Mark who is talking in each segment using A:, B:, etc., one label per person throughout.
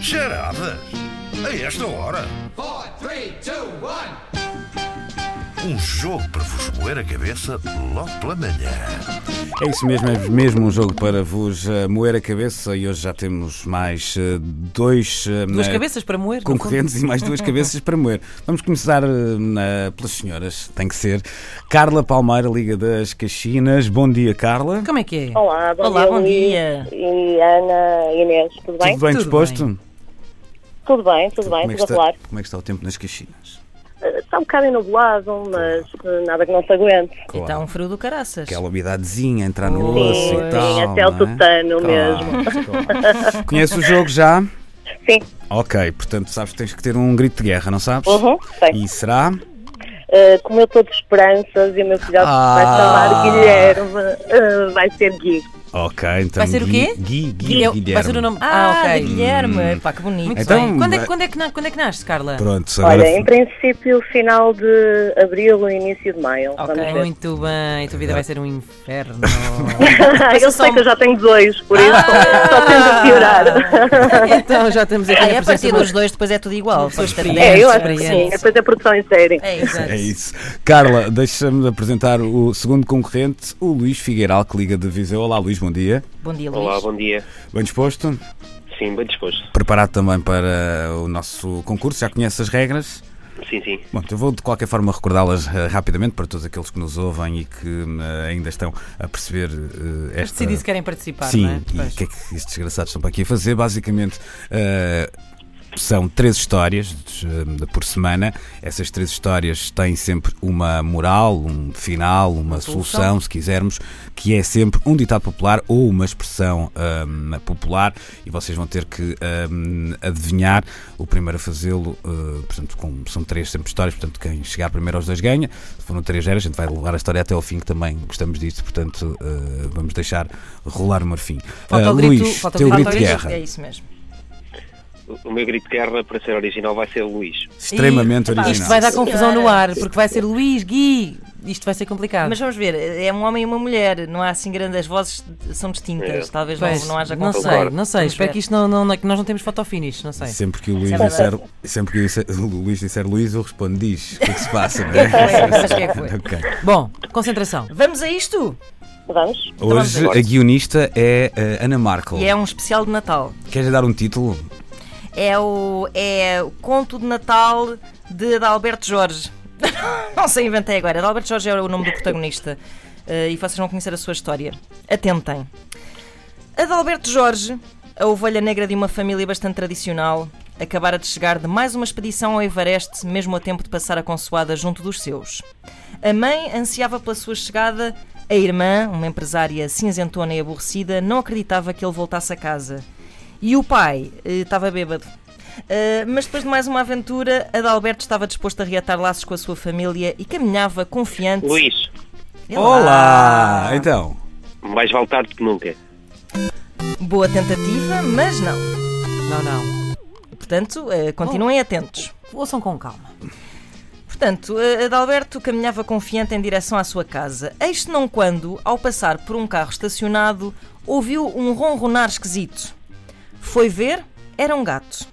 A: Charadas? A esta hora?
B: Four, three, two, one.
A: Um jogo para vos moer a cabeça logo pela manhã.
C: É isso mesmo, é mesmo um jogo para vos eh, moer a cabeça e hoje já temos mais eh, dois eh,
D: Duas
C: eh,
D: cabeças para moer?
C: concorrentes e mais duas cabeças para moer. Vamos começar eh, na- pelas senhoras, tem que ser. Carla Palmeira, Liga das Caxinas. Bom dia, Carla.
D: Como é que é?
E: Olá, bom
D: Olá,
E: dia.
D: bom
E: Luís
D: dia.
E: E Ana, Inês, tudo bem?
C: Tudo bem
D: Tudo
C: disposto?
E: Tudo bem, tudo bem,
C: como, é que
E: tudo a
C: está,
E: falar.
C: como é que está o tempo nas Caxinas?
E: Eh, Está um bocado nublado, mas eh, nada que não se aguente.
D: E Está um frio do caraças.
C: Aquela umidadezinha, entrar no
D: Sim,
C: osso e
D: sim,
C: tal.
E: até o
C: Assim não é?
E: assim tutano
C: Claro, claro. Conhece o jogo já?
E: Sim,
C: Ok, portanto sabes que tens que ter um grito de guerra, não sabes?
E: uhum, sei.
C: E será?
E: Eh, como eu estou de esperanças e o meu filhote
C: Ah.
E: vai chamar Guilherme, eh, vai ser Gui.
C: Ok, então.
D: Vai ser o quê?
C: Gui, Gui, Gui
D: Guilherme.
C: Guilherme.
D: Vai ser o nome.
F: Ah,
D: ok. Hum.
F: da Guilherme. Pá, que bonito.
D: Muito
C: Então,
D: bem. Quando é,
C: vai-
D: que- quando, é que, na- quando é que nasce, Carla?
C: Pronto, agora.
E: Olha, é em princípio, final de abril, início de maio.
D: Ok,
E: Vamos ver.
D: muito bem. A tua vida vai ser um inferno.
E: eu sei que eu já tenho dois, por isso
D: Ah.
E: só tento a piorar.
D: então já estamos aqui na
F: Ah, é a
D: presença
F: partir
D: de um-
F: dos dois, depois é tudo igual.
D: pessoas
F: Pode ter
D: experientes.
E: É, eu
F: dez,
E: acho que sim.
F: experiência.
E: Depois é produção em série.
F: É, exato.
C: É isso. Carla, deixa-me apresentar o segundo concorrente, o Luís Figueiral, que liga de Viseu. Olá, Luís, bom dia.
F: Bom dia, Luís.
G: Olá, bom dia.
C: Bem disposto?
G: Sim, bem disposto.
C: Preparado também para o nosso concurso, já conhece as regras?
G: Sim, sim.
C: Bom, eu vou de qualquer forma recordá-las eh, rapidamente para todos aqueles que nos ouvem e que eh, ainda estão a perceber eh,
D: Mas
C: esta.
D: decidi se querem participar,
C: Sim,
D: não é?
C: e o
D: Pois.
C: que é que estes desgraçados estão para aqui a fazer? Basicamente, eh, são três histórias eh, por semana. Essas três histórias têm sempre uma moral, um final, uma solução, se quisermos, que é sempre um ditado popular ou uma expressão eh, popular. E vocês vão ter que eh, adivinhar o primeiro a fazê-lo. eh, portanto, com- são três sempre histórias. Portanto, quem chegar primeiro aos dois ganha. Se foram três eras, a gente vai levar a história até ao fim, que também gostamos disso. Portanto, eh, vamos deixar rolar o marfim.
D: Falta
C: Eh,
D: o grito-
C: Luís,
D: falta o
C: teu
D: grito-
C: grito
D: falta
C: de
D: o
C: guerra.
F: É isso mesmo.
G: O- O meu grito de guerra, para ser original, vai ser Luís.
C: Extremamente
D: Epá,
C: original.
D: Isto vai dar confusão no
F: Senhora.
D: ar, porque vai ser Luís, Gui. Isto vai ser complicado.
F: Mas vamos ver, é um homem e uma mulher, não há assim grande, as vozes são distintas,
G: É.
F: talvez
D: Pois,
F: não, não haja
D: não
F: confusão.
D: sei,
G: Concordo.
D: não sei.
F: Vamos
D: Espero
F: ver.
D: que isto não, não, não- que nós não temos foto finish, não
F: É.
D: sei.
C: Sempre que o Luís
F: Sempre.
C: disser, sempre que eu disser- o Luís disser Luís, eu respondo, diz. O que é que se passa? não
F: Foi, mas quem é que foi?
C: Ok.
D: Bom, concentração.
F: Vamos a isto!
E: Vamos?
C: Hoje
G: vamos
C: a
G: ver.
C: guionista é eh, Ana Markle.
F: E é um especial de Natal.
C: Queres dar um título?
F: É o, é o conto de Natal de Adalberto Jorge. não sei, inventei agora. Adalberto Jorge é o nome do protagonista. Eh, e vocês vão conhecer a sua história. Atentem. Adalberto Jorge, a ovelha negra de uma família bastante tradicional, acabara de chegar de mais uma expedição ao Everest, mesmo a tempo de passar a consoada junto dos seus. A mãe ansiava pela sua chegada, a irmã, uma empresária cinzentona e aborrecida, não acreditava que ele voltasse a casa. E o pai eh, estava bêbado. Eh, mas depois de mais uma aventura, Adalberto estava disposto a reatar laços com a sua família e caminhava confiante.
G: Luís,
C: Olá! Então,
G: mais vale tarde que nunca.
F: Boa tentativa, mas não.
D: Não, não.
F: Portanto, eh, continuem atentos.
D: Ouçam com calma.
F: Portanto, eh, Adalberto caminhava confiante em direção à sua casa. Eis não quando, ao passar por um carro estacionado, ouviu um ronronar esquisito. Foi ver, era um gato.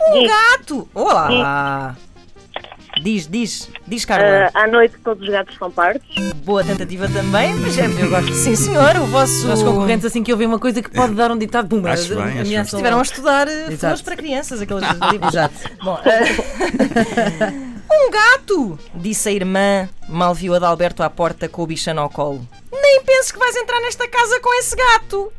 F: Um gato! Olá! Diz, diz, diz Carla.
E: Ah, à noite todos os gatos são pardos.
F: Boa tentativa também, mas é eu gosto. Sim, senhor, o vosso.
D: Os nossos concorrentes, assim que ouvem uma coisa que pode dar um ditado, pumba,
C: Acho bem, acho bem.
D: ameaçam.
E: um
F: Estiveram a estudar eh,
D: Exato.
F: flores para crianças, aqueles livros. Bom, eh, um gato! Disse a irmã, mal viu Adalberto à porta com o bichano ao colo. Nem penses que vais entrar nesta casa com esse gato!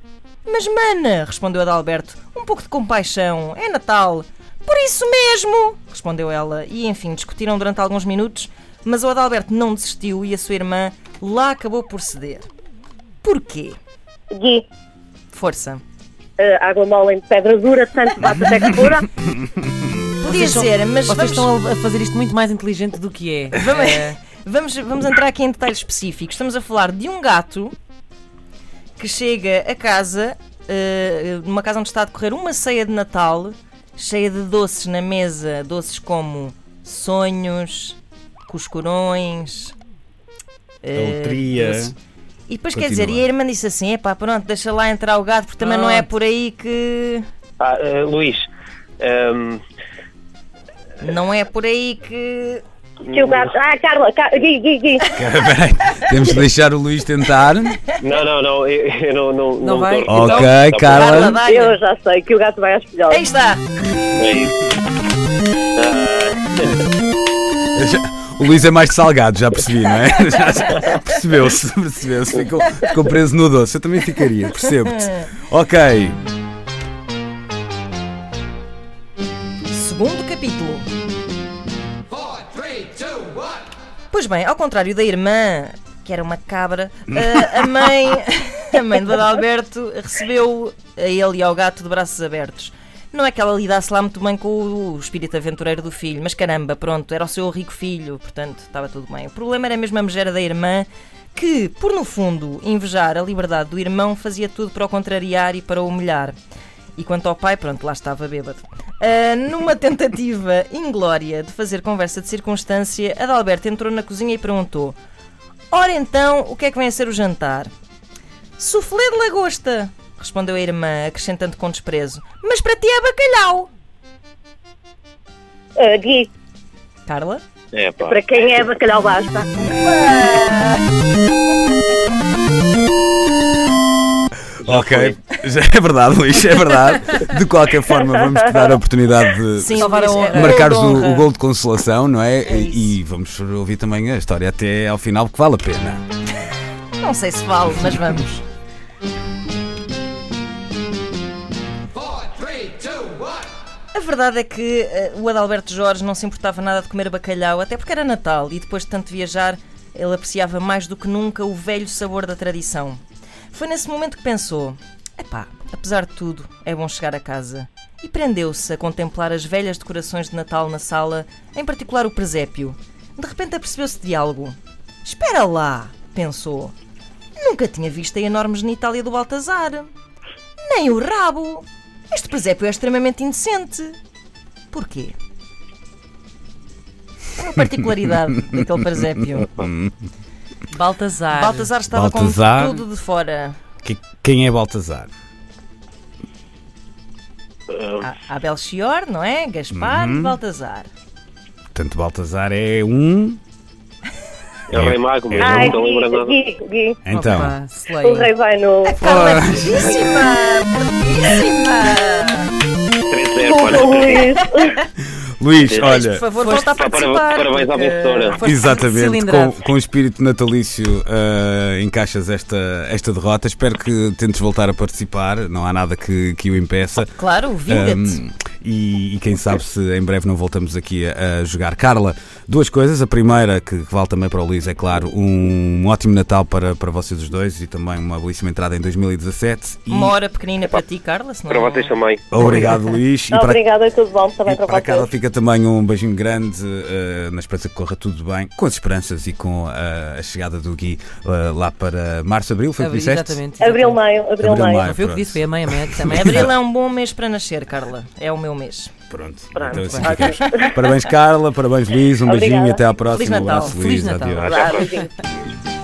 F: Mas, mana, respondeu Adalberto, um pouco de compaixão, é Natal. Por isso mesmo! respondeu ela, e enfim, discutiram durante alguns minutos, mas o Adalberto não desistiu e a sua irmã lá acabou por ceder. Porquê?
E: Gui,
F: Força.
E: ah, água mole em pedra dura, tanto bate até que fura.
F: Podia ser, mas
D: Vocês
F: vamos...
D: estão a fazer isto muito mais inteligente do que é.
F: Vamos, vamos, vamos entrar aqui em detalhes específicos. Estamos a falar de um gato que chega a casa, eh, numa casa onde está a decorrer uma ceia de Natal, cheia de doces na mesa, doces como sonhos, coscorões. eh, doces. E depois quer dizer,
C: Continua.
F: e a irmã disse assim: epá, pronto, deixa lá entrar o gato, porque também não é por aí que.
G: Ah, eh, Luís, Ahm,
F: Não é por aí que.
E: Que o gato. Ah, Carla, Ca- Gui, Gui, Gui.
C: Peraí, Temos de deixar o Luís tentar.
G: não, não, não, eu, eu não, não, não,
D: vai?
G: dou-
C: Ok,
G: não, não,
C: Carla.
F: Carla, dá
E: Eu já sei que o gato vai às
F: Aí
E: filhotes.
F: está!
G: É isso.
C: O Luís é mais de salgado, já percebi, não é? Já, já percebeu-se, percebeu-se. Ficou, ficou preso no doce. Eu também ficaria, percebo-te. Ok.
F: Segundo capítulo.
B: Four, three, two, one.
F: Pois bem, ao contrário da irmã, que era uma cabra, eh, a mãe, a mãe do Adalberto recebeu a ele e ao gato de braços abertos. Não é que ela lidasse lá muito bem com o, o espírito aventureiro do filho, mas caramba, pronto, era o seu rico filho, portanto estava tudo bem. O problema era mesmo a megera da irmã, que, por no fundo, invejar a liberdade do irmão, fazia tudo para o contrariar e para o humilhar. E quanto ao pai, pronto, lá estava bêbado. Ah, numa tentativa inglória de fazer conversa de circunstância, Adalberto entrou na cozinha e perguntou: Ora então, o que é que vem a ser o jantar? Soufflé de lagosta, respondeu a irmã, acrescentando com desprezo: Mas para ti é bacalhau.
E: Ah, Gui,
F: Carla?
G: É, pá.
E: para quem é bacalhau basta.
C: Ok. Já É verdade, Luís, é verdade. De qualquer forma, vamos te dar a oportunidade de
D: Salvar a
F: Luís,
D: honra.
F: é-
C: marcares
F: é
C: o,
F: honra.
C: o gol de consolação, não é?
F: É isso.
C: e, e vamos ouvir também a história até ao final, que vale a pena.
F: Não sei se vale, mas vamos.
B: Four, three, two, one.
F: A verdade é que eh, o Adalberto Jorge não se importava nada de comer bacalhau, até porque era Natal e depois de tanto viajar, ele apreciava mais do que nunca o velho sabor da tradição. Foi nesse momento que pensou: epá, apesar de tudo, é bom chegar a casa. E prendeu-se a contemplar as velhas decorações de Natal na sala, em particular o presépio. De repente apercebeu-se de algo. Espera lá, pensou. Nunca tinha visto a enorme genitália do Baltazar. Nem o rabo. Este presépio é extremamente indecente. Porquê? É Uma particularidade daquele presépio.
D: Baltazar.
F: Baltazar estava
C: Baltazar.
F: com tudo de fora.
C: Que- quem é Baltazar?
G: eh,
F: Há há Belchior, não é? Gaspar
C: Uhum.
F: de Baltazar.
C: Portanto, Baltazar é um.
G: É o Rei Mago, mas
E: Ai,
G: não, não lembro nada.
E: Gui, Gui, Gui.
C: Então.
D: Opa,
E: O
D: Slayer.
E: rei vai no.
F: Carla é fortíssima! Fortíssima!
G: 3-0,
E: Desculpa,
G: olha.
E: Luís.
C: Luís,
F: Por
C: olha.
F: favor, volta a
G: Pá, para-
F: participar.
G: parabéns à
F: porque
G: vencedora.
F: foste
C: Exatamente, com,
D: cilindrado.
C: com o espírito natalício eh, encaixas esta, esta derrota. Espero que tentes voltar a participar, não há nada que, que o impeça.
F: Claro, vinga-te.
C: Um, e, e quem sabe se em breve não voltamos aqui a, a jogar. Carla, duas coisas. A primeira, que, que vale também para o Luís, é claro, um, ótimo Natal para, para vocês os dois e também uma belíssima entrada em 2017. E
F: Uma hora pequenina para ti, Carla. senão-
G: Para vocês também.
C: obrigado, Luís. E para-
E: Obrigada, tudo bom também
C: e
E: para
C: para a Carla
E: vocês.
C: fica também um beijinho grande, eh, na esperança que corra tudo bem, com as esperanças e com eh, a chegada do Gui eh, lá para março, abril, foi o que disseste?
D: Exatamente.
E: Abril, maio, abril,
C: Abril,
E: maio.
C: maio.
D: Não foi o que
C: Pronto.
D: disse, foi a mãe, a mãe também.
F: Abril é um bom mês para nascer, Carla. É o meu mês.
C: Pronto.
E: Pronto,
C: Então, assim
E: vai.
C: ficamos. Parabéns, Carla, parabéns, Luís, um beijinho
E: Obrigada.
C: e até à próxima.
F: Natal.
C: Um abraço, Luís.
D: Feliz Natal.
C: Adeus.
E: Ah, beijinho.